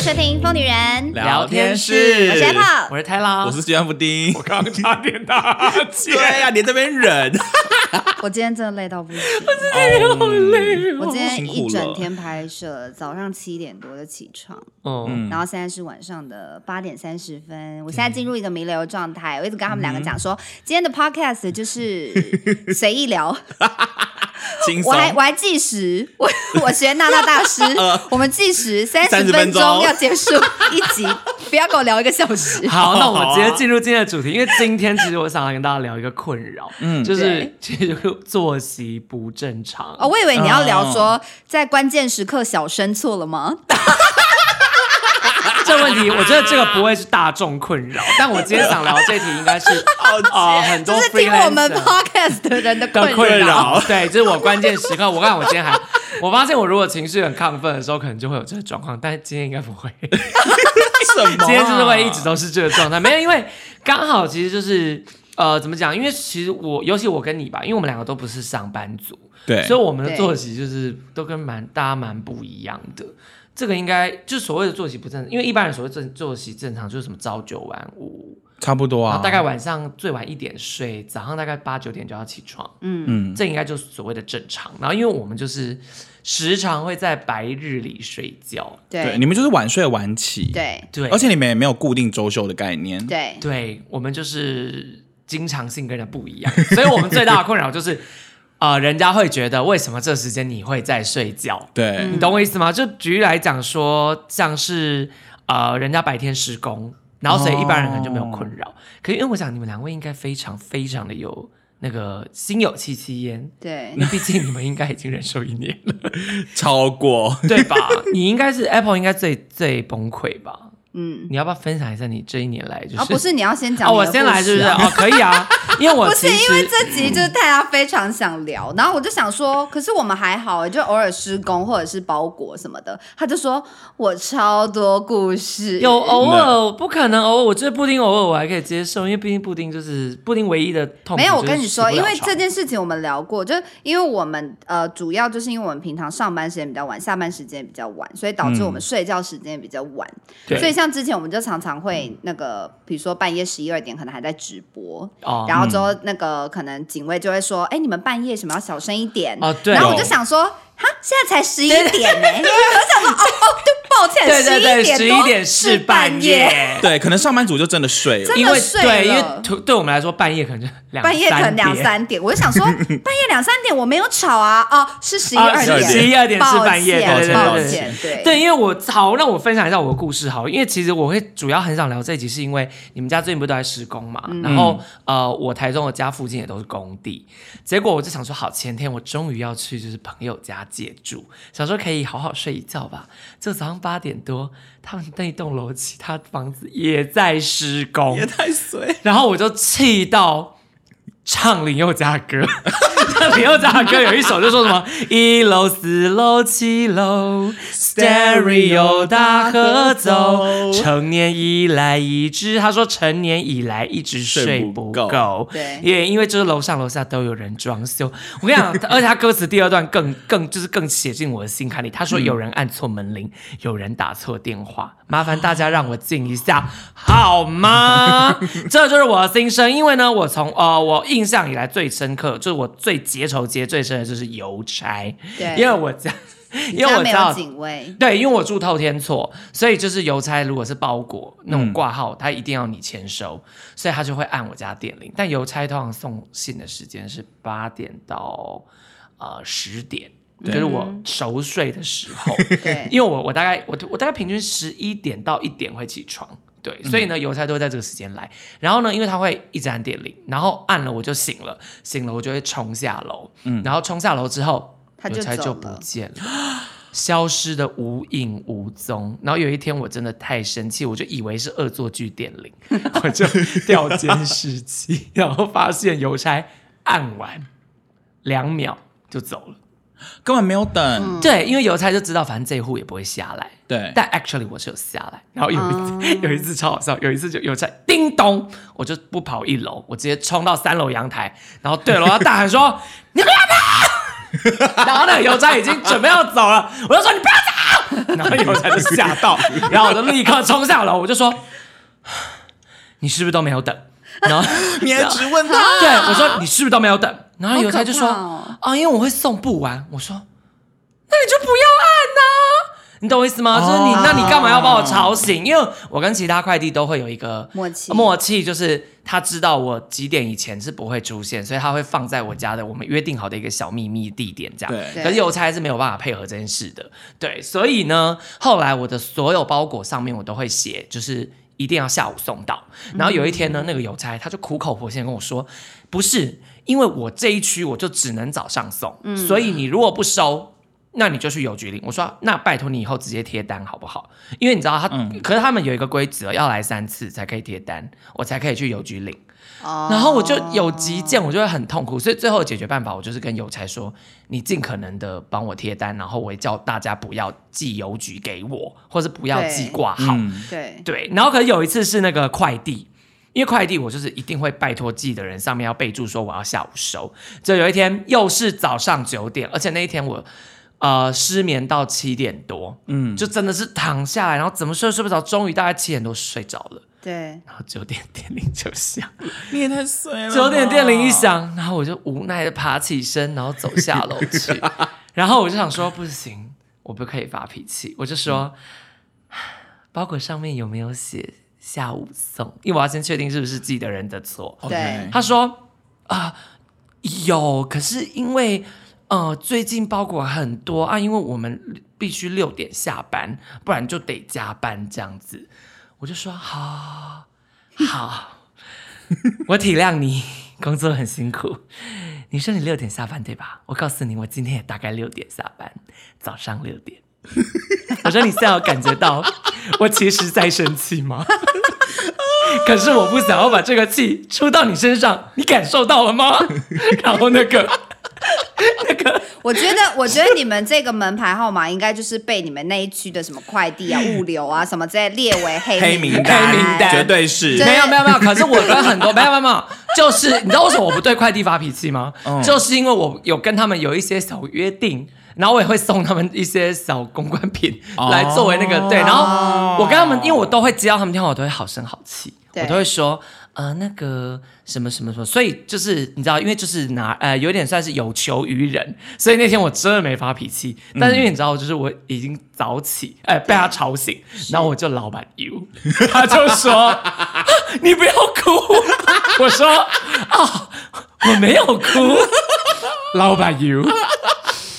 收听《疯女人》，聊天室我是 Apple，我是泰拉，我是鸡蛋布丁。我刚差点打哈欠啊对呀、你这边忍，我今天真的累到不行，好累我今天辛苦一整了天拍摄，早上七点多就起床，嗯，然后现在是晚上的八点三十分，我现在进入一个弥留状态。我一直跟他们两个讲说，今天的 podcast 就是随意聊，轻我松。还我还计时，我我学娜娜大师，我们计时三十30分分钟钟要结束一集，不要跟我聊一个小时。好，那我们直接进入今天的主题，因为今天其实我想要跟大家聊一个困扰，嗯，就是对其实就是作息不正常。哦，我以为你要聊说在关键时刻小生错了吗？这问题我觉得这个不会是大众困 扰，但我今天想聊这题应该是啊、很就多是听我们 freelancer podcast 的人的 的困困扰。扰。对，就是我关键时刻，我看我今天还，我发现我如果情绪很亢奋的时候，可能就会有这个状况，但今天应该不会，什么、啊？今天就是会一直都是这个状态。没有，因为刚好其实就是呃，怎么讲？因为其实我，尤其我跟你吧，因为我们两个都不是上班族，对，所以我们的对作息就是都跟蛮大家蛮不一样的。这个应该就所谓的作息不正常，因为一般人所谓正作息正常就是什么朝九晚五，差不多然啊，后大概晚上最晚一点睡，早上大概八九点就要起床，嗯，嗯，这应该就是所谓的正常。然后因为我们就是时常会在白日里睡觉，对，对你们就是晚睡晚起，，对对，而且你们也没有固定周休的概念，对，对我们就是经常性跟人不一样， 所以我们最大的困扰就是，呃，人家会觉得为什么这时间你会在睡觉？对你懂我意思吗？就举例来讲说，像是呃，人家白天施工，然后所以一般人可能就没有困扰。可是因为我想你们两位应该非常非常的有那个心有戚戚 焉，对因为毕竟你们应该已经忍受一年了，超过 对吧？ 你应该是 Apple 应该最最崩溃吧？ 嗯，你要不要分享一下你这一年来就是？啊，不是你要先讲哦，你的我先来是故不是？事啊哦，可以 啊，因为我不其是实因为这集就是大家非常想聊，然后我就想说，可是我们还好，欸就偶尔施工或者是包裹什么的，他就说我超多故事，有哦偶尔不可能偶尔，我觉得布丁偶尔我还可以接受，因为毕竟布丁就是布丁唯一的痛苦。没有，我跟你说，因为这件件事情我们聊过，就因为我们呃，主要就是因为我们平常上班时间比较晚，下班时间比较晚，所以导致我们睡觉时间也比较晚。嗯对嗯所以像之前我们就常常会那个，比如说半夜十一二点可能还在直播，哦然后之后那个可能警卫就会说：“哎、你们半夜什么要小声一点。”哦对然后我有就想说。哈，现在才十一点呢、我想说，哦哦，对，抱歉，对对对，十一一点点是是半夜，夜，对，可能上班族就真的睡了真，因为的睡对，因为了对对我们来说半夜可能就两半夜可能两点三点，我就想 说半夜两三点我没有吵啊，哦，是十一啊二是点， 11-2点是半夜抱对歉对抱对歉，对对，因为我好，那我分享一下我的故事好了，因为其实我会主要很想聊这一集，是因为你们家最近不是都在施工嘛，然后呃，我台中的家附近也都是工地，结果我就想说，好，前天我终于要去就是朋友家借住，想说可以好好睡一觉吧，就早上八点多，他们那栋楼其他房子也在施工，太衰，然后我就气到唱林宥嘉 歌，唱林宥嘉歌有一首就说什么一楼、四楼、七楼，stereo 大合奏，成年以来一直，他说成年以来一直睡睡不不够，够对也因为就是楼上楼下都有人装修，我跟你讲，而且他歌词第二段更更就是更写进我的心坎里。他说有人按错门铃，有人打错电话，麻烦大家让我静一下，好吗？这就是我的心声。因为呢，我从呃我印象以来最深刻，就是我最结仇结最深的就是邮差，对因为我家。因为家我没知有道警卫，对，因为我住透天厝，所以就是邮差如果是包裹那种挂号，他一定要你签收，所以他就会按我家电铃。但邮差通常送信的时间是八点到呃十点，就是我熟睡的时候。对 因为我我大概我我大概平均十一点到一点会起床，对，嗯所以呢邮差都会在这个时间来。然后呢，因为他会一直按电铃，然后按了我就醒了，醒了我就会冲下楼，然后冲下楼之嗯后，他邮就差走不了见了。消失的无影无踪，然后有一天我真的太生气，我就以为是恶作剧电 铃，我就调监视器，然后发现邮差按完两秒就走了。根本没有等，对，因为邮差就知道，反正这一户也不会下来，对，但 actually 我是有下来，然后有一次、有一次超好笑，有一次就有在叮咚，我就不跑一楼，我直接冲到三楼阳台，然后对楼下大喊说：“ 你不要跑！”然后那个邮差已经准备要走了，我就说：“你不要走！”然后有才就吓到，然后我就立刻冲上楼，我就说：“你是不是都没有等？”然后 你还质问他？对我说：“你是不是都没有等？”然后啊好有才可就说：“怕哦啊，因为我会送不完。”我说：“那你就不要按呐、你懂我意思吗？就是你，哦那你干嘛要把我吵醒？因为我跟其他快递都会有一个默契默契就是他知道我几点以前是不会出现，所以他会放在我家的我们约定好的一个小秘密地点这样。对对可是邮差是没有办法配合这件事的，对，所以呢，后来我的所有包裹上面我都会写，就是一定要下午送到。然后有一天呢，那个邮差他就苦口婆心地跟我说，不是因为我这一区我就只能早上送，所以你如果不收。那你就去邮局领。我说，那拜托你以后直接贴单好不好？因为你知道他，可是他们有一个规则，要来三次才可以贴单，我才可以去邮局领。哦然后我就有急件，我就会很痛苦，所以最后的解决办法，我就是跟邮差说，你尽可能的帮我贴单，然后我也叫大家不要寄邮局给我，或是不要寄对挂号。嗯，对，对，然后可能有一次是那个快递，因为快递我就是一定会拜托寄的人上面要备注说我要下午收。就有一天又是早上九点，而且那一天我呃失眠到七点多，嗯，就真的是躺下来，然后怎么睡都睡不着，终于大概七点多睡着了，对，然后九点 电铃就响。你也太衰了。九点电铃一，响，然后我就无奈的爬起身，然后走下楼去。然后我就想说，不行，我不可以发脾气。我就说， 包裹上面有没有写下午送？因为我要先确定是不是寄的人的错。对他说啊、有，可是因为呃最近包裹很多啊，因为我们必须六点下班，不然就得加班这样子。我就说好，好，我体谅你工作很辛苦。你说你六点下班对吧？我告诉你，我今天也大概六点下班，早上六点。我说你现在有感觉到我其实在生气吗？可是我不想要把这个气出到你身上，你感受到了吗？然后那个我觉得， 我觉得你们这个门牌号码应该就是被你们那一区的什么快递啊、物流啊什么之类列为黑黑名名单，黑名单绝对是对没有没有没有，可是我跟很多没有没有没有，就是你知道为什么我不对快递发脾气吗？嗯就是因为我有跟他们有一些小约定。然后我也会送他们一些小公关品哦来作为那个、对，然后我跟他们，因为我都会接到他们电话，我都会好声好气，对我都会说呃那个什么什么什么，所以就是你知道，因为就是拿呃有点算是有求于人，所以那天我真的没发脾气，嗯但是因为你知道，就是我已经早起，哎、被他吵醒，然后我就老板 you，他就 说。你不要哭。我说啊、我没有哭。老板 you，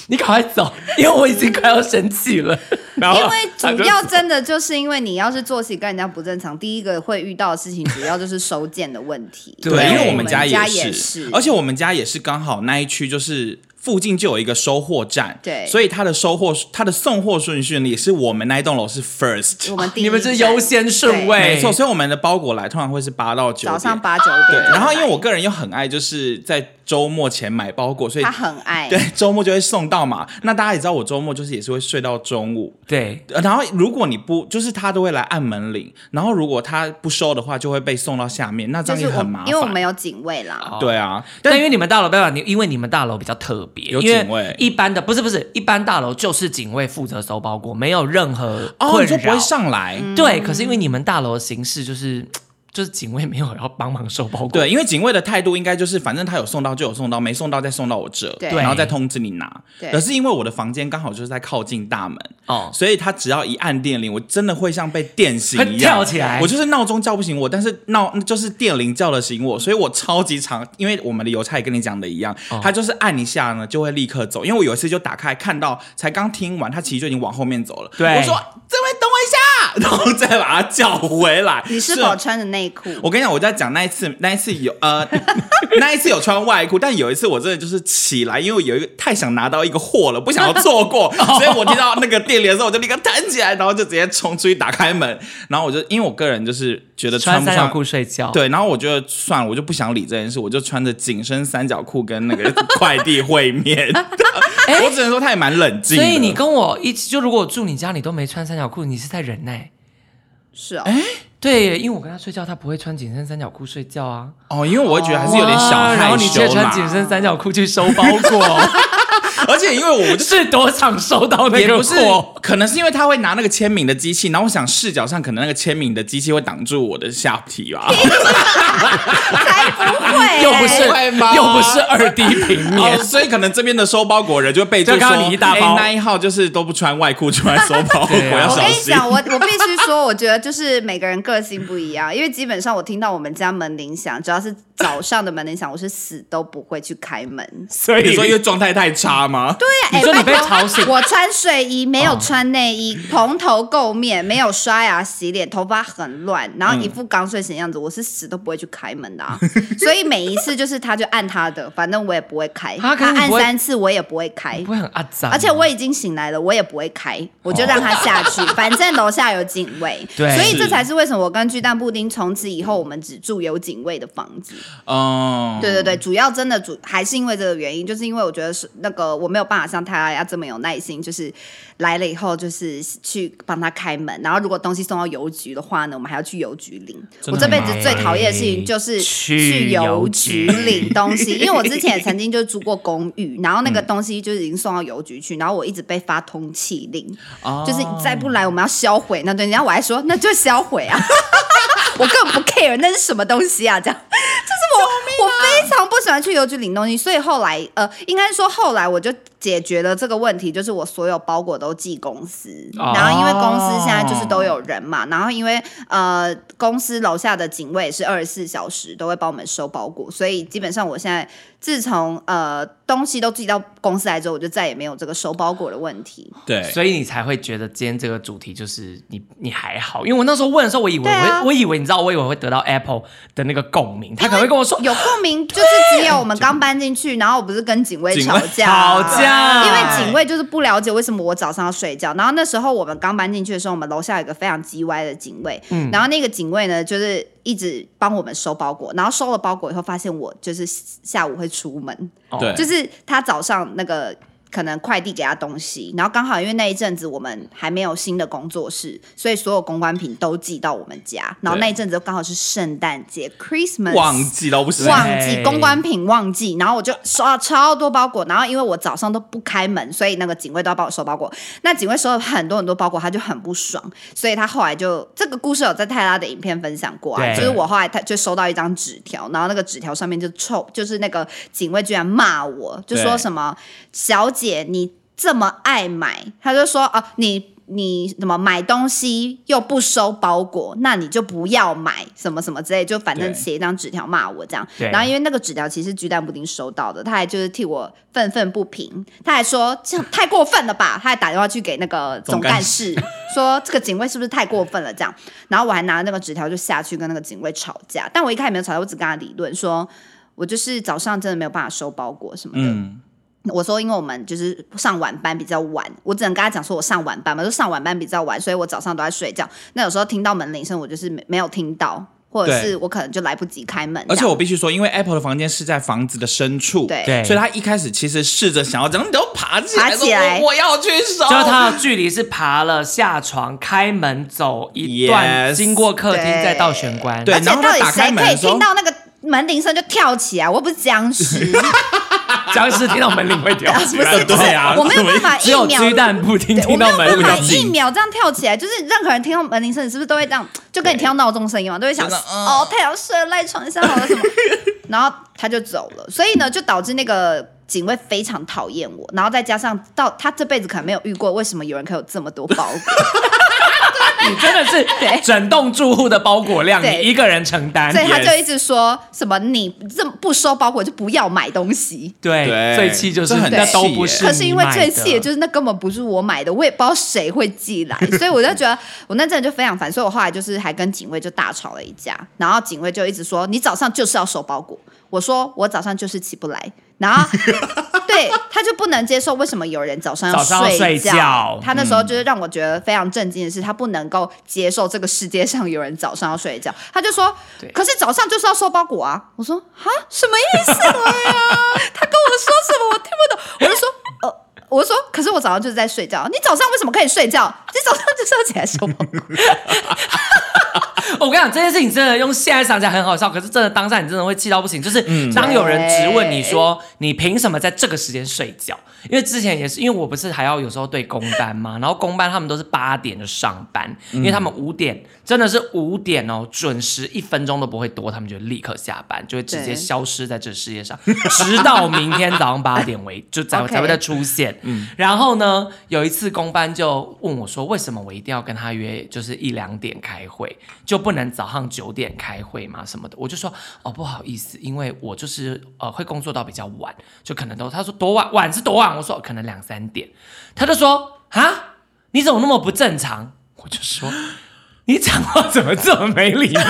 你赶快走，因为我已经快要生气了。然后因为他主就要真的就是因为你要是作息跟人家不正常，第一个会遇到的事情主要就是收件的问题。对，因为我我们家家也是，而且我们家也是刚好那一区就是。附近就有一个收货站，对所以它的收货、它的送货顺序也是我们那一栋楼是 first，我 们第一你们是站优先顺位，没错，所以我们的包裹来通常会是八到九早点，上八九点对，就来，然后因为我个人又很爱就是在周末前买包裹，所以他很爱， 对周末就会送到嘛。那大家也知道我周末就是也是会睡到中午，对。呃然后如果你不就是他都会来按门铃，然后如果他不收的话就会被送到下面，那这就样是也我很麻烦。因为我们有警卫啦，对啊，但但因为你们大楼没办法，你因为你们大楼比较特别，有因为警卫一般的不是不是，一般大楼就是警卫负责收包裹，没有任何哦，困你说扰。不会上来。嗯对，可是因为你们大楼的形式就是就是警卫没有要帮忙收包裹，对，因为警卫的态度应该就是，反正他有送到就有送到，没送到再送到我这，对然后再通知你拿。对可是因为我的房间刚好就是在靠近大门，哦，所以他只要一按电铃，我真的会像被电醒一样跳起来我就是闹钟叫不醒我，但是闹就是电铃叫得醒我，所以我超级长。因为我们的邮差也跟你讲的一样，哦他就是按一下呢就会立刻走。因为我有一次就打开看到，才刚听完，他其实就已经往后面走了。对我说这位等我一下，然 后再把他叫回来。你是否穿着内裤？我跟你讲，我在讲那一次，那一次有呃， 那一次有穿外裤，但有一次我真的就是起来，因为我有一个太想拿到一个货了，不想要错 过，所以我听到那个电铃的时候，我就立刻弹起来，然后就直接冲出去打开门，然后我就因为我个人就是觉得穿不三角上。裤睡觉。对，然后我觉得算了，我就不想理这件事，我就穿着紧身三角裤跟那个快递会面。 我只能说他也蛮冷静的。所以你跟我一起，就如果我住你家，你都没穿三角裤，你是在忍耐。是哦，哎对，因为我跟他睡觉，他不会穿紧身三角裤睡觉啊，哦，因为我会觉得还是有点小哇然害后你羞却穿啦。 紧身三角裤去收包裹，而且因为我就。是多想收到那也个不是货，，可能是因为他会拿那个签名的机器，然后我想视角上可能那个签名的机器会挡住我的下体 吧。才不 会、欸又不是不会吗又不是二 D 平面 哦，，所以可能这边的收包裹人就备注就告诉说你一大哎包那一号就是都不穿外裤，穿收 包裹，对啊我要小跟你心。讲，我我必须说，我觉得就是每个人个性不一样，因为基本上我听到我们家门铃响，只要是早上的门铃响，我是死都不会去开门。所以你说因为状态太差吗？对，哎你说你拜被托吵醒我穿睡衣，没有穿内衣，蓬头垢面，没有刷牙洗脸，头发很乱，然后一副刚睡醒的样子，我是死都不会去开门 的、啊。所以每一次就是他就按他的，反正我也不会开，啊可他是你按不会三次我也不会开不。会很阿脏，而且我已经醒来了，我也不会开，我就让他下去，反正楼下有警卫，哦对所以这是才是为什么我跟巨蛋布丁从此以后我们只住有警卫的房子。嗯，对对对，主要真的主还是因为这个原因，就是因为我觉得是那个我没有办法像他呀这么有耐心，就是来了以后就是去帮他开门，然后如果东西送到邮局的话呢，我们还要去邮局领。真的我这辈子最讨厌的事情就是去邮邮局局领东西，因为我之前也曾经就住过公寓，然后那个东西就已经送到邮局去，然后我一直被发通气令，哦就是你再不来我们要销毁那对，然后我还说那就销毁啊。我根本不 care 那是什么东西啊，这样，就是我、我非常不喜欢去邮局领东西，所以后来呃，应该说后来我就解决了这个问题，就是我所有包裹都寄公司，哦然后因为公司现在就是都有人嘛，然后因为呃公司楼下的警卫是二十四小时都会帮我们收包裹，所以基本上我现在自从呃东西都寄到公司来之后，我就再也没有这个收包裹的问题。对，所以你才会觉得今天这个主题就是你你还好，因为我那时候问的时候，我以为我对会、啊我以为你知道，我以为我会得到 Apple 的那个共鸣，他可能会跟我说有共鸣，就是只有我们刚搬进去，然后我不是跟警卫警吵卫架啊，吵架因为警卫就是不了解为什么我早上要睡觉。然后那时候我们刚搬进去的时候，我们楼下有一个非常叽歪的警卫，嗯然后那个警卫呢，就是一直帮我们收包裹，然后收了包裹以后，发现我就是下午会出门，对就是他早上那个可能快递给他东西，然后刚好因为那一阵子我们还没有新的工作室，所以所有公关品都寄到我们家。然后那一阵子刚好是圣诞节 （Christmas），忘记到不行。忘记对公关品忘记，然后我就收到超多包裹，然后因为我早上都不开门，所以那个警卫都要帮我收包裹。那警卫收了很多很多包裹，他就很不爽，所以他后来就这个故事有在泰拉的影片分享过啊，对就是我后来他就收到一张纸条，然后那个纸条上面就臭，就是那个警卫居然骂我，就说对什么小姐你这么爱买，他就说哦、你。你怎么买东西又不收包裹，那你就不要买什么什么之类，就反正对写一张纸条骂我这样。对然后因为那个纸条其实是鸡蛋布丁收到的，他还就是替我愤愤不平，他还说这样太过分了吧，他还打电话去给那个总总干干事 说这个警卫是不是太过分了这样。然后我还拿那个纸条就下去跟那个警卫吵架，但我一开始没有吵架，我只跟他理论说。我就是早上真的没有办法收包裹什么的，嗯，我说，因为我们就是上晚班比较晚，我只能跟他讲说我上晚班嘛，就上晚班比较晚，所以我早上都在睡觉。那有时候听到门铃声，我就是没没有听到，或者对是我可能就来不及开门。而这且样我必须说，因为 Apple 的房间是在房子的深处，对对所以他一开始其实试着想要讲，你都爬起来，爬起来说我我要去收，就是他的距离是爬了下床、开门走一 Yes 段，经过客厅，对再到玄关。对而且然后到他底打开谁门可以的时候听到那个门铃声就跳起来？我又不是僵尸， 僵尸听到门铃会跳起来， 不是不是对啊我没有办法只一有秒。鸡蛋布丁对我没听到有门办铃法会一秒这样跳起来，就是任何人听到门铃声，你是不是都会这样？就跟你听到闹钟声一样，都会想、真的嗯哦，太阳射赖床上好了什么，然后他就走了。所以呢，就导致那个警卫非常讨厌我，然后再加上到他这辈子可能没有遇过，为什么有人可以有这么多包 裹？你真的是对整栋住户的包裹量，对你一个人承担。所以他 Yes 就一直说什么你这么不收包裹就不要买东西。对对最气就是这很那气都耶不是你买的，可是因为最气的就是那根本不是我买的，我也不知道谁会寄 来，所以我就觉得我那阵就非常烦，所以我后来就是还跟警卫就大吵了一架，然后警卫就一直说你早上就是要收包裹，我说我早上就是起不来，然后 对他就不能接受为什么有人早上早上要睡睡觉嗯他那时候就是让我觉得非常震惊的是，他不能够接受这个世界上有人早上要睡觉，他就说对可是早上就是要收包裹啊，我啊 说哈什么意思？对呀、他跟我说什么我听不懂，我就说呃。我说，可是我早上就是在睡觉。你早上为什么可以睡觉？你早上就是要起来收包裹。我跟你讲，这件事情真的用现在想起来很好笑，可是真的当下你真的会气到不行。就是当有人质问你说你凭什么在这个时间睡觉？因为之前也是，因为我不是还要有时候对公班嘛，然后公班他们都是八点就上班，因为他们五点真的是五点哦，准时一分钟都不会多，他们就立刻下班，就会直接对消失在这世界上，直到明天早上八点为就才 OK 才会再出现。然后呢，有一次公班就问我说，为什么我一定要跟他约，就是一两点开会，就不能早上九点开会嘛什么的？我就说哦，不好意思，因为我就是呃会工作到比较晚，就可能都他说多晚晚是多晚，我说哦可能两三点，他就说啊，你怎么那么不正常？我就说。你讲话怎么这么没礼貌、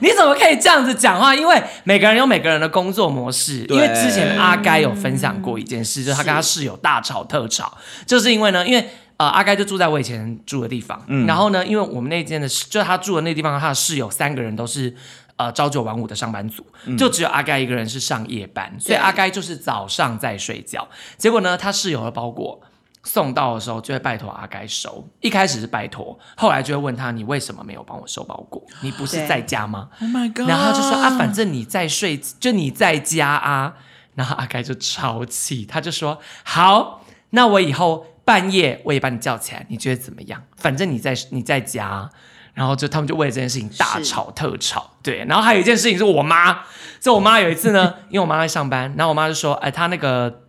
你怎么可以这样子讲话？因为每个人有每个人的工作模式。对因为之前阿该有分享过一件事，就是他跟他室友大吵特吵，就是因为呢，因为。呃，阿该就住在我以前住的地方，然后呢，因为我们那间的，就他住的那地方，他的室友三个人都是呃朝九晚五的上班族，就只有阿该一个人是上夜班，所以阿该就是早上在睡觉。结果呢，他室友的包裹送到的时候就会拜托阿该收，一开始是拜托，后来就会问他你为什么没有帮我收包裹？你不是对在家吗？ Oh my god！然后他就说啊，反正你在睡，就你在家啊。然后阿该就超气，他就说好，那我以后半夜我也把你叫起来，你觉得怎么样？反正你在你在家啊、然后就他们就为了这件事情大是吵特吵，对。然后还有一件事情是我妈，就我妈有一次呢，因为我妈在上班，然后我妈就说，哎，她那个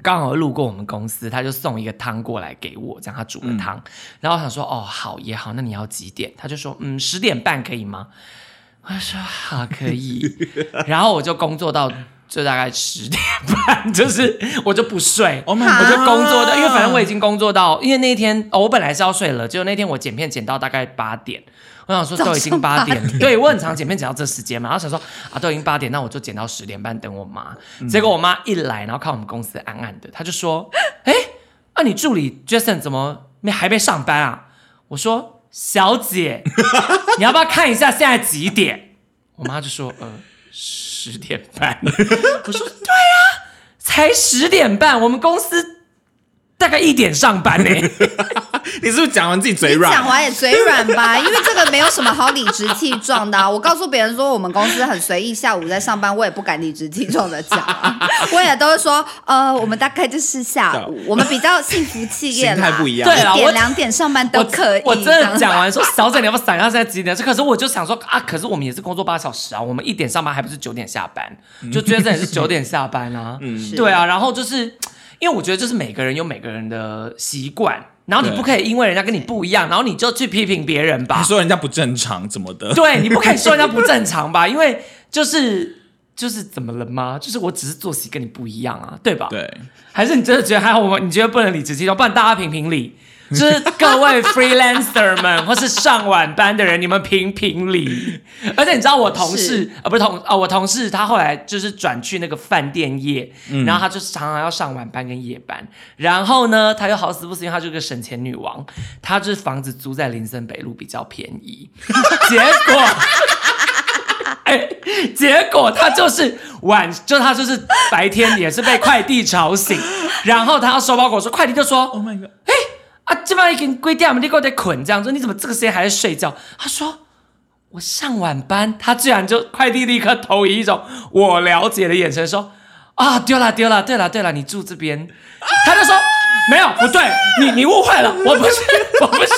刚好路过我们公司，她就送一个汤过来给我，这样她煮了汤。然后我想说，哦，好也好，那你要几点？她就说，嗯，十点半可以吗？我就说好可以，然后我就工作到就大概十点半，就是我就不睡。 ，Oh my 我 god！就工作到，因为反正我已经工作到，因为那一天、哦、我本来是要睡了，结果那天我剪片剪到大概八点，我想说早上都已经八点8，对我很常剪片剪到这时间嘛，然后想说啊都已经八点，那我就剪到十点半等我妈。结果我妈一来，然后看我们公司暗暗的，她就说：“哎，啊你助理 Jason 怎么没还没上班啊？”我说：“小姐，你要不要看一下现在几点？”我妈就说：“呃，十点半。”我说：“对啊，才十点半，我们公司大概一点上班呢、你是不是讲完自己嘴你讲软？完也嘴软吧，因 为这个没有什么好理直气壮的、啊。我告诉别人说我们公司很随意，下午在上班，我也不敢理直气壮的讲、 啊，我也都是说，呃，我们大概就是下午，我们比较幸福企业形啦，态不一样对啦啊一我点两点上班都可以。我。我真的这样讲完说，小姐你要不要闪一下现在几点？可是我就想说啊，可是我们也是工作八小时啊，我们一点上班还不是九点下班，就觉得这也是九点下班啊。是对啊，然后就是因为我觉得就是每个人有每个人的习惯，然后你对不可以因为人家跟你不一样，然后你就去批评别人吧 你。说人家不正常怎么的？对你不可以说人家不正常吧？因为就是。就是怎么了吗？就是我只是作息跟你不一样啊，对吧？对，还是你真的觉得还好？我们你觉得不能理直气壮，不然大家评评理，就是各位 freelancer 们或是上晚班的人，你们评评理。而且你知道我同事是啊，呃不是同啊、我同事他后来就是转去那个饭店业，然后他就是常常要上晚班跟夜班。然后呢，他又好死不死，因为他就是个省钱女王，他就是房子租在林森北路比较便宜，结果。哎，结果他就是晚，就他就是白天也是被快递吵醒，然后他要收包裹的时候，快递就说 Oh my god！啊，这边已经规定我们你给我在捆这样说，你怎么这个时间还在睡觉？他说我上晚班，他居然就快递立刻投以一种我了解的眼神说啊，丢了丢了，对了对了，你住这边，他就说没有不对，你你误会了，我不是我不是。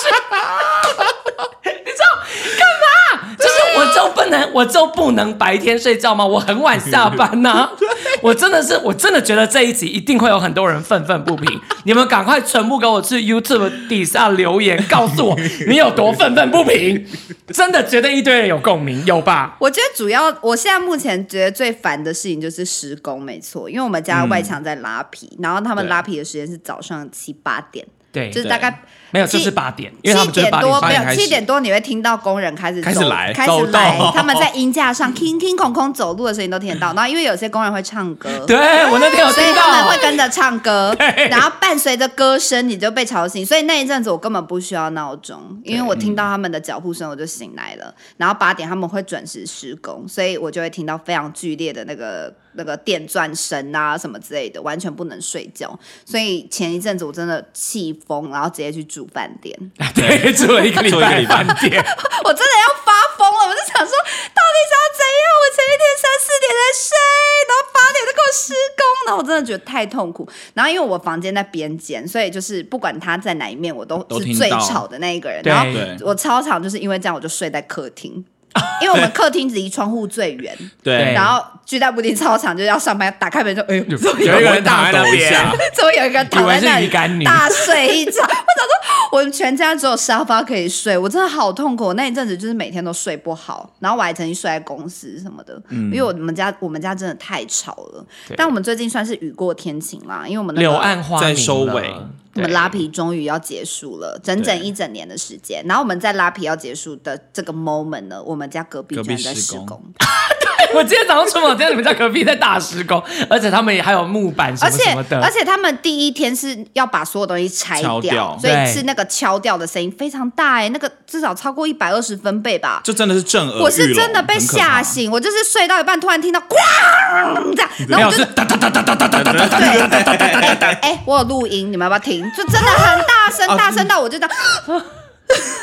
你知道干嘛？就是我就不能，我就不能白天睡觉吗？我很晚下班呐、 我真的是，我真的觉得这一集一定会有很多人愤愤不 平。你们赶快全部给我去 YouTube 底下留言，告诉我你有多愤愤不平。真的觉得一堆人有共鸣，有吧？我觉得主要，我现在目前觉得最烦的事情就是施工，没错，因为我们家外墙在拉皮，然后他们嗯对拉皮的时间是早上七八点，对就，是大概没有，就是八点，因为他七们就是点八多点八没点有开始七点多，你会听到工人开始开始走来开走始来动，他们 在音架上 king king 空空走路的声音都听得到。然后因为有些工人会唱歌， 对啊我那天有所以听他们到会，跟着唱歌对，然后伴随着歌声你就被吵醒。所以那一阵子我根本不需要闹钟，因为我听到他们的脚步声我就醒来嗯了。然后八点他们会准时施工，所以我就会听到非常剧烈的那个那个电钻声啊什么之类的，完全不能睡觉。所以前一阵子我真的气疯，然后直接去住饭店， 对，住了一个礼住了一个拜 礼拜饭店，我真的要发疯了。我就想说，到底想要怎样？我前一天三四点才睡，然后八点就给我施工，然后我真的觉得太痛苦。然后因为我房间在边间，所以就是不管他在哪一面，我都都是听最到吵的那一个人。对然后对我超常就是因为这样，我就睡在客厅。因为我们客厅离窗户最远，对对，然后巨蛋布丁超常就是要上班，打开门就哎呦，怎么有一个人躺在那抖一边下， 怎么有一个人躺在那以为是里鱼干女大睡一 场？我想说，我们全家只有沙发可以睡，我真的好痛苦。我那一阵子就是每天都睡不好，然后我还曾经睡在公司什么的，因为我们家我们家真的太吵了嗯对。但我们最近算是雨过天晴啦，因为我们那个柳暗花明在收了尾我对们拉皮终于要结束了，整整一整年的时间。然后我们在拉皮要结束的这个 moment 呢，我们家隔壁隔居壁然在施施工工，我今天早上出门，我听到你们家隔壁在打施工，而且他们也还有木板什而么且什么的，而且他们第一天是要把所有东西拆敲掉所以对是那个敲掉的声音非常大哎、那个至少超过一百二十分贝吧。就真的是震耳欲聋，我是真的被很可吓怕，醒，我就是睡到一半突然听到哐这样，没然后有我就是哒哒哒哒哒哒哒哒哒对，哎，我有录音，你们要不要听？就真的很大 声，哦大声到我就这样，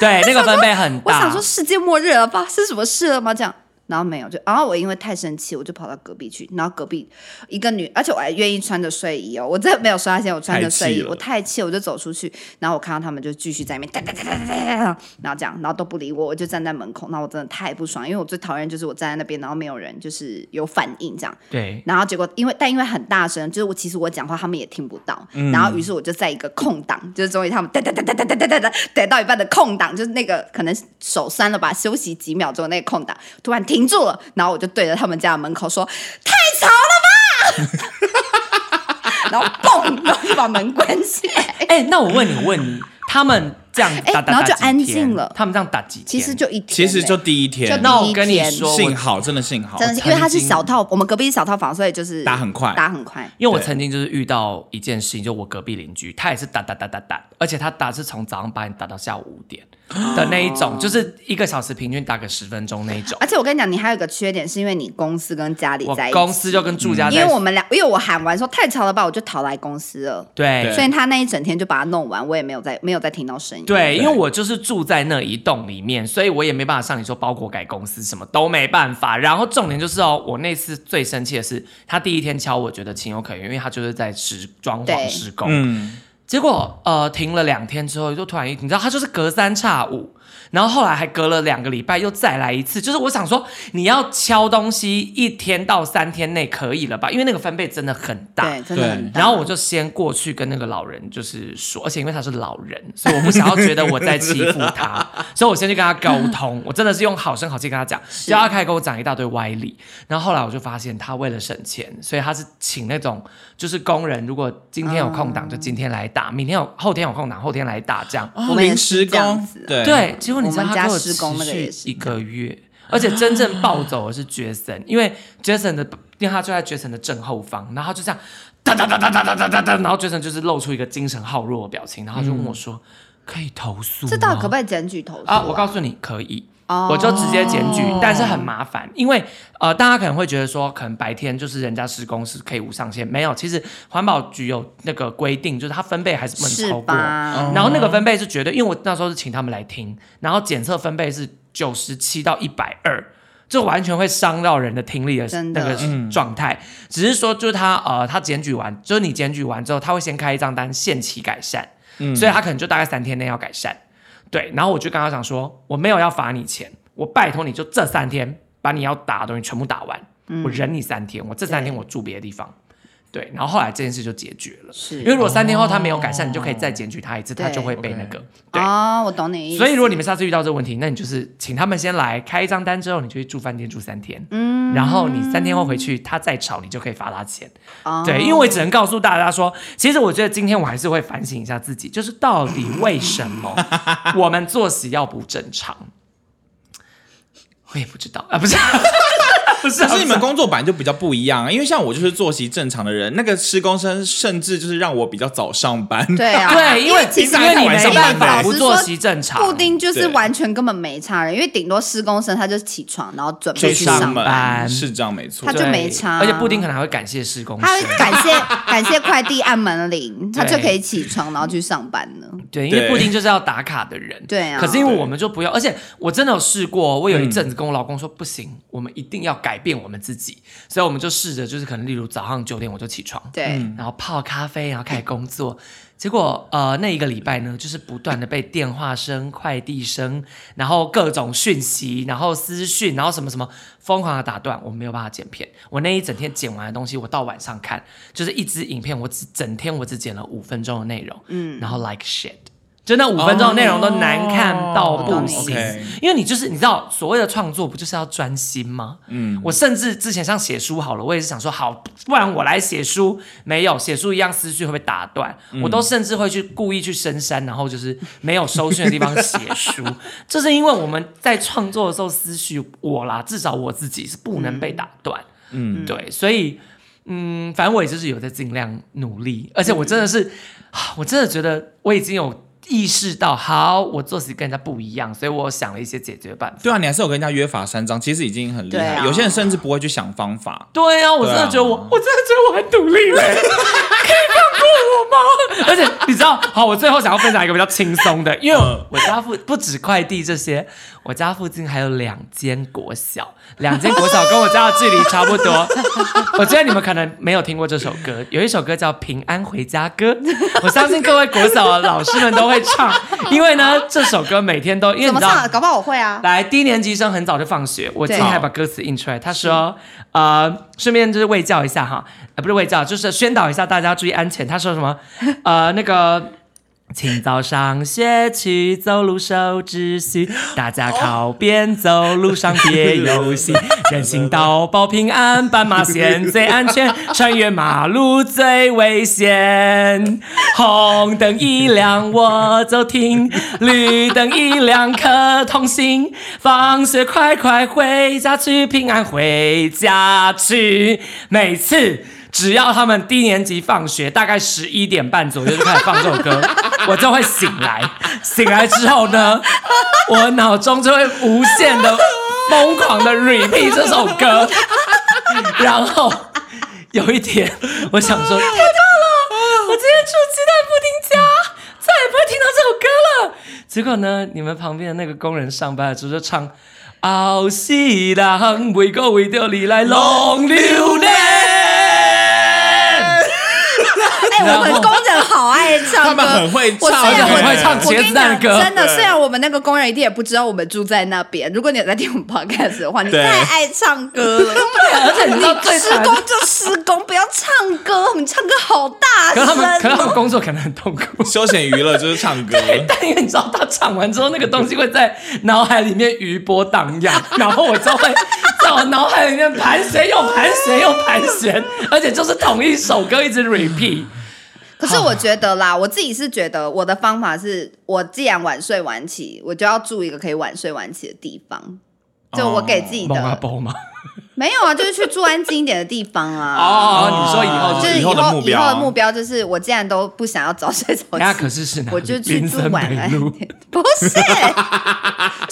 对，那个分贝很我想大说。世界末日了吧？发生什么事了吗？这样，然后没有，就然后我因为太生气，我就跑到隔壁去，然后隔壁一个女，而且我还愿意穿着睡衣哦，我真的没有刷牙前我穿着睡太气衣，了我太气，我就走出去，然后我看到他们就继续在那边哒哒哒哒哒哒哒，然后这样，然后都不理我，我就站在门口，那我真的太不爽，因为我最讨厌就是我站在那边，然后没有人就是有反应这样，对，然后结果因为但因为很大声，就是我其实我讲话他们也听不到，嗯然后于是我就在一个空档，就是终于他们哒哒哒哒哒哒哒哒哒到一半的空档，就是那个可能手酸了吧，休息几秒钟的那个空档，突然停住了，然后我就对着他们家的门口说：“太吵了吧！” 然后嘣，然后就把门关起来。 哎，那我问你，问你，他们这样哎打打，然后打就几天安静了他们这样打几天？其实就一天欸、其实就第一天就，那第我一跟你天说，我幸好真的幸好，真的是因为它是小套，我们隔壁是小套房，所以就是打很快打很快。因为我对曾经就是遇到一件事情，就我隔壁邻居，他也是打打打打打，而且他打是从早上八点打到下午五点的那一哦种，就是一个小时平均打个十分钟那一种。而且我跟你讲，你还有一个缺点，是因为你公司跟家里我啊在一起。嗯公司就跟住家在因一为起，我们俩，因为我喊完说太吵了吧，我就逃来公司了，对所以他那一整天就把它弄完，我也没有再没有再听到声音。对，因为我就是住在那一栋里面，所以我也没办法像你说包裹改公司什么都没办法。然后重点就是哦，我那次最生气的是，他第一天敲，我觉得情有可原，因为他就是在施装对潢施工。嗯，结果呃停了两天之后，就突然一你知道他就是隔三差五，然后后来还隔了两个礼拜又再来一次，就是我想说你要敲东西一天到三天内可以了吧？因为那个分贝真的很大。对，真的很大。然后我就先过去跟那个老人就是说，而且因为他是老人，所以我不想要觉得我在欺负 他，所以我先去跟他沟通，我真的是用好声好气跟他讲，就他开始跟我讲一大堆歪理。然后后来我就发现他为了省钱，所以他是请那种就是工人，如果今天有空档就今天来打，明天有后天有空档后天来打这样。哦我们也临是时这样工子，啊对对，结果哎你我知道们他家给我施持工那个也续是一个月，而且真正暴走的是 Jason，因为 Jason 的，因为他就在 Jason 的正后方，然后他就这样哒哒哒哒哒哒哒哒哒，然后 Jason 就是露出一个精神耗弱的表情，然后他就问我说：“嗯可以投诉吗？”这到底可不可以检举投诉啊，我告诉你可以。哦我就直接检举，但是很麻烦，因为呃，大家可能会觉得说，可能白天就是人家施工是可以无上限，没有，其实环保局有那个规定，就是它分贝还是不能是超过。嗯吧？然后那个分贝是绝对，因为我那时候是请他们来听，然后检测分贝是九十七到一百二，这完全会伤到人的听力的真的那个状态。只是说，就是他呃，他检举完，就是你检举完之后，他会先开一张单，限期改善，所以他可能就大概三天内要改善。对，然后我就跟他讲说，我没有要罚你钱，我拜托你就这三天把你要打的东西全部打完，嗯我忍你三天，我这三天我住别的地方。对，然后后来这件事就解决了。是因为如果三天后他没有改善，你就可以再检举他一次，对他就会被那个。对，哦，我懂你意思。所以如果你们下次遇到这个问题，那你就是请他们先来开一张单之后，你就去住饭店住三天。嗯，然后你三天后回去，他再吵你就可以罚他钱。哦对，因为我只能告诉大家说，其实我觉得今天我还是会反省一下自己，就是到底为什 么我们作息要不正常，我也不知道啊，不是， 不是，可是你们工作本来就比较啊不一样啊，因为像我就是作息正常的人，那个施工生甚至就是让我比较早上班。对啊，对，因为其因实还为是你晚上没班办法的不作息正常，布丁就是对完全根本没差人，因为顶多施工生他就起床，然后准备就去是上嘛班是这样没错他。就对没差啊而且布丁可能还会感谢施工他会生，感谢感谢快递按门铃，他就对可以起床然后去上班了。对，因为对布丁就是要打卡的人，对啊可是因为我们就不要，而且我真的有试过，我有一阵子跟我老公说、不行，我们一定要改变我们自己，所以我们就试着就是可能例如早上九点我就起床，对，然后泡咖啡，然后开始工作。结果呃，那一个礼拜呢，就是不断的被电话声、快递声，然后各种讯息，然后私讯，然后什么什么疯狂的打断，我没有办法剪片。我那一整天剪完的东西，我到晚上看，就是一支影片，我只整天我只剪了五分钟的内容，嗯，然后 like shit。就那五分钟的内容都难看到哦不行我懂你意思因为你就是你知道所谓的创作不就是要专心吗？嗯，我甚至之前像写书好了，我也是想说好，不然我来写书，没有写书一样思绪会被打断，我都甚至会去故意去深山，然后就是没有收讯的地方写书，这是因为我们在创作的时候思绪我啦，至少我自己是不能被打断，嗯，对，所以。嗯，反正我也就是有在尽量努力，而且我真的是，啊我真的觉得我已经有意识到，好，我作息跟人家不一样，所以我想了一些解决办法。对啊，你还是有跟人家约法三章，其实已经很厉对害。啊有些人甚至不会去想方法。对啊，我真的觉得我，对啊我真的觉得我很努力嘞， 可以放过我吗？ 而且你知道，好，我最后想要分享一个比较轻松的，因为我我家附不止快递这些，我家附近还有两间国小，两间国小跟我家的距离差不 多。我觉得你们可能没有听过这首歌，有一首歌叫《平安回家歌》， 我相信各位国小的老师们都会唱，因为呢，这首歌每天都因为怎你么知道唱？。搞不好我会啊。来，低年级生很早就放学，我今天对还把歌词印出来。他说，呃，顺便就是喂教一下哈，呃，不是喂教，就是宣导一下大家注意安全。他说什 么？呃，那个。请早上学去走路守秩序，大家靠边走，路上别游戏。人行道保平安，斑马线最安全，穿越马路最危险。红灯一亮我就停，绿灯一亮可通行。放学快快回家去，平安回家去。每次。只要他们低年级放学，大概十一点半左右就开始放这首歌，我就会醒来。醒来之后呢，我脑中就会无限的疯狂的 repeat 这首 歌，然后有一天，我想说，啊太棒了，我今天住鸡蛋布丁家，再也不会听到这首歌了。结果呢，你们旁边的那个工人上班的时候就唱。后世人为个为着你来浪流哎，连，我们工人好爱唱歌，他们很会唱我虽然他们我很会唱我跟茄你子蛋讲，的歌真的，对虽然我们那个工人一定也不知道我们住在那边。如果你有在听我们 podcast 的话，你对太爱唱歌了。而且你知道最施惨的工就施工，不要唱歌，你唱歌好 大可是他声们，可是他哦。们工作可能很痛苦。 休闲娱乐就是唱歌，嗯 但因为你知道，他唱完之后，那个东西会在脑海里面余波荡漾， 然后我就会在我脑海里面盘旋又盘旋又盘旋，而且就是同一首歌一直 repeat。可是我觉得啦，我自己是觉得我的方法是，我既然晚睡晚起，我就要住一个可以晚睡晚起的地方。就我给自己的、蒙阿哦波吗？没有啊，就是去住安静一点的地方啊。哦，你说以后就是以以后以后的目标后的目标就是，我既然都不想要早睡早人家起，可是是哪 里？我就去林住森晚北安 路。不是，就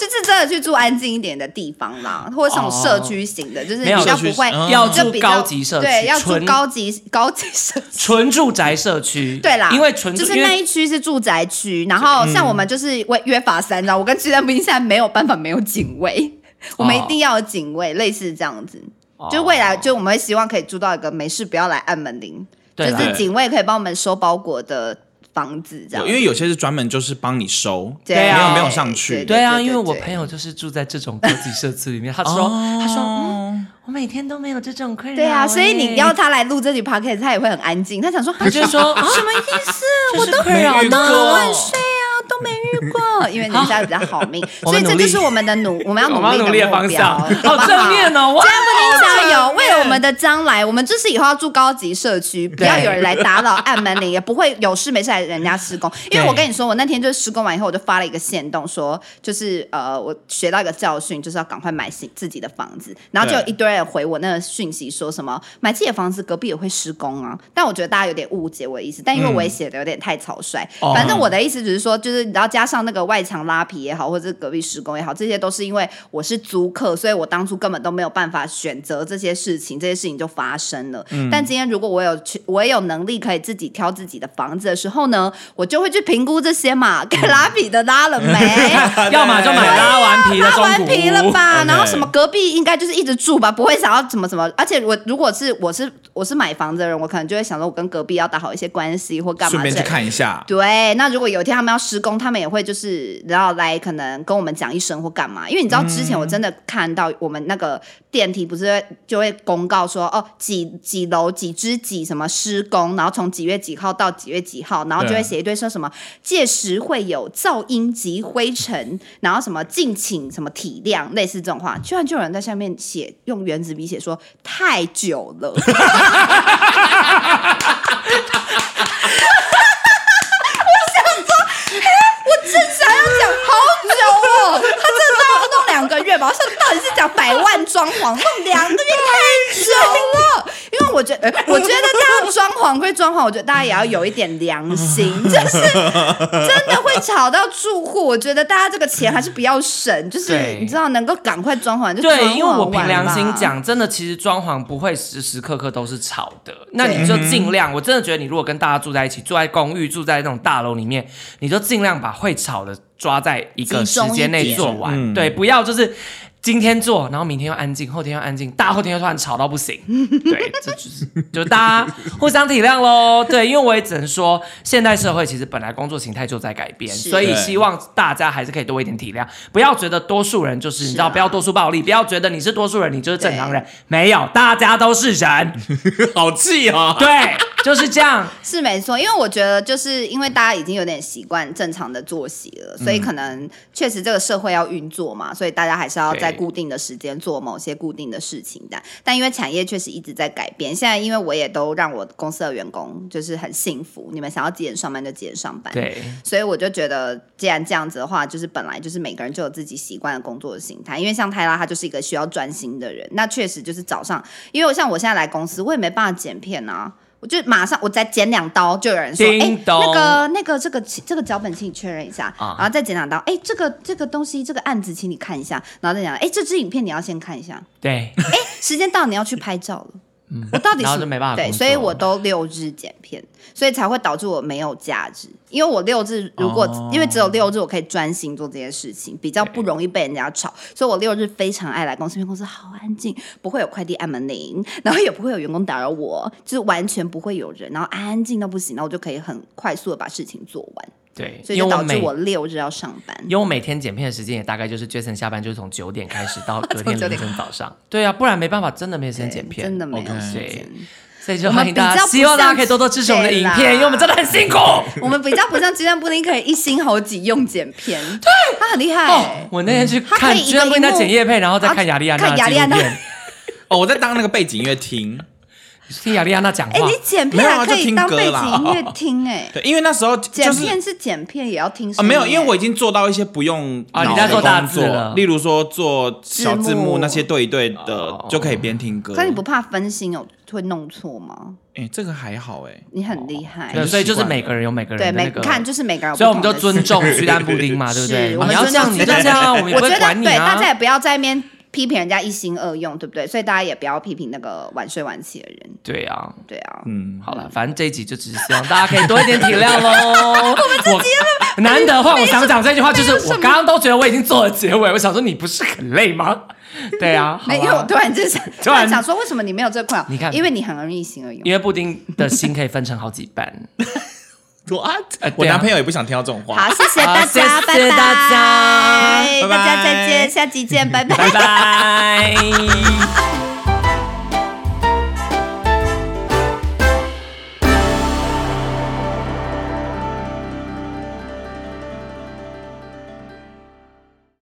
是真的去住安静一点的地方啦，或者这种社区型的，就是哦没有比较社区不会嗯要就住比较高级社区，对，要住纯高级高级社 区。纯住宅社区。对啦，因为纯就是因为嗯那一区是住宅区，然后像我们就是约约法三章，我跟鸡蛋布丁现在没有办法没有警卫，哦我们一定要有警卫，类似这样子。就未来就我们会希望可以住到一个没事不要来按门铃，就对啦是警卫可以帮我们收包裹的房子这样。因为有些是专门就是帮你收，对啊没有没有上去对啊，因为对哦我朋友就是住在这种高级社区里面，他说，他说，嗯，我每天都没有这种困扰欸。对啊，所以你要他来录这集 podcast，他也会很安静。他想说，他他就说 啊什么意思？就我是都困扰没遇都过乱睡啊，都没遇过，因为人家比较好命，我所以们这努力就是我们的努，我们要我们要努努力力的的目方标，向，好不好 好正面哦！哇这样不理想加油！为了我们的将来，我们就是以后要住高级社区，不要有人来打扰、按门铃，也不会有事没事来人家施 工。因为我跟你说，我那天就是施工完以后，我就发了一个线动说就是呃，我学到一个教训，就是要赶快买新自己的房子。然后就有对一堆人回我那个讯息，说什么买自己的房子，隔壁也会施工啊。但我觉得大家有点误解我的意思，但因为我也写的有点太草率，嗯哦反正我的意思只是说，就是你要加上那个外墙拉皮也好，或者是隔壁施工也好，这些都是因为我是租客，所以我当初根本都没有办法选择这些事情，这些事情就发生了。嗯但今天如果我有去，我也有能力可以自己挑自己的房子的时候呢，我就会去评估这些嘛，该嗯拉皮的拉了 没？要么就买拉完皮的拉中完古皮了屋吧？ OK 然后什么隔壁应该就是一直住吧，不会想要怎么怎么。而且我如果是我是我是买房子的人，我可能就会想说，我跟隔壁要打好一些关系或干嘛之顺便类去的。看一下。对，那如果有一天他们要施工，他们也会就是然后来可能跟我们讲一声或干嘛，因为你知道之前我真的看到我们那个电梯不是会就会公告说哦几几楼几之几什么施工，然后从几月几号到几月几号，然后就会对写一堆说什么届时会有噪音及灰尘，然后什么敬请什么体谅，类似这种话，居然就有人在下面写用原子笔写说太久了。 我正想要讲好久哦，他真的都要弄两个月吧？我想到底是讲百万装潢，弄两个月太久了。因为我 觉得，我觉得大家装潢归装潢，我觉得大家也要有一点良 心，就是真的会吵到住户。我觉得大家这个钱还是不要省，就是对你知道，能够赶快装潢就装潢对，因为我凭完良心吧，讲，真的，其实装潢不会时时刻刻都是吵的。那你就尽量，我真的觉得你如果跟大家住在一起，住在公寓，住在那种大楼里面，你就尽量把会吵的抓在一个集时中一间内点做完。嗯对，不要就是今天做，然后明天又安静，后天又安静，大后天又突然吵到不行。 对，这就是就大家互相体谅喽。对，因为我也只能说，现代社会其实本来工作形态就在改变，是所以对希望大家还是可以多一点体谅，不要觉得多数人就是你知道，是啊不要多数暴力，不要觉得你是多数人，你就是正常人，没有，大家都是 人， 好气哦！对，就是这样。是没错，因为我觉得就是因为大家已经有点习惯正常的作息了，所以可能确实这个社会要运作嘛，所以大家还是要在对固定的时间做某些固定的事情的。但因为产业确实一直在改变，现在因为我也都让我公司的员工就是很幸福，你们想要几点上班就几点上班，对，所以我就觉得，既然这样子的话，就是本来就是每个人就有自己习惯的工作的形态。因为像泰拉，他就是一个需要专心的人，那确实就是早上，因为像我现在来公司，我也没办法剪片啊。我就马上，我再剪两刀，就有人说：“哎、叮咚那个、那个，这个请这个脚本，请你确认一下。啊然后再剪两刀，哎、这个这个东西，这个案子，请你看一下。然后再讲，哎、这支影片你要先看一下。对，时间到，你要去拍照了。我到底嗯然后是就没办法对，工作所以我都六日剪片，所以才会导致我没有价值。因为我六日如果、哦因为只有六日我可以专心做这件事情，比较不容易被人家吵，所以我六日非常爱来公司，因为公司好安静，不会有快递按门铃，然后也不会有员工打扰我，就是完全不会有人，然后安安静到不行，然后我就可以很快速的把事情做完，对，所以因就为我导致每我六日要上班因。为我每天剪片的时间也大概就是 Jason 下班就是从九点开始到隔从天9凌点晨早上，对啊，不然没办法，真的没时间对剪片，真的没有 OK 时对间。所以就我们欢迎大比较家，不希望大家像可以多多支持我们的对影啦片，因为我们真的很辛 苦。 我们比较不像鸡蛋布丁，可以一心好几用剪片，对，他很厉害、欸哦，我那天去他可看以一个居然不应该荧幕剪叶配，然后再然看后雅利安娜看的雅纪利安录娜片，哦，我在当那个背景乐听。听雅利安娜讲哎、话你。剪没片有啊还可以就听当歌背景啦音乐听 哎、对，因为那时候就剪是片是剪片也要听声音、欸啊，没有，因为我已经做到一些不用啊你脑在的做大工字了作，例如说做小字字幕幕那些对一对的哦，就可以边听歌。可你不怕分心有会弄错吗？哎，这个还好哎，你很厉害，对，所以就是习惯每个人有每个对人的每那个，看就是每个人有不所以我们同就的 尊习重鸡蛋布丁嘛，对不对？是我们你要这样，尊你重就这样啊，我们也我不觉会得管你对，大啊家。也不要在那边批评人家一心二用，对不对？所以大家也不要批评那个晚睡晚起的人，对啊，对啊。嗯，好了，反正这一集就只是希望大家可以多一点体 谅喽。我难得换我想讲这句话，就是我刚刚都觉得我已经做了结尾，我想说你不是很累吗？ 对啊，好没有，因为我啦突然 就想，突然然想说，为什么你没有这个困扰？你看因为你很容易一心二用。因为布丁的心可以分成好几半。呃我我对啊男朋友也不想听到这种话好，。谢谢大家，好拜拜，谢谢大家大 家再见，下集见，拜拜拜。拜。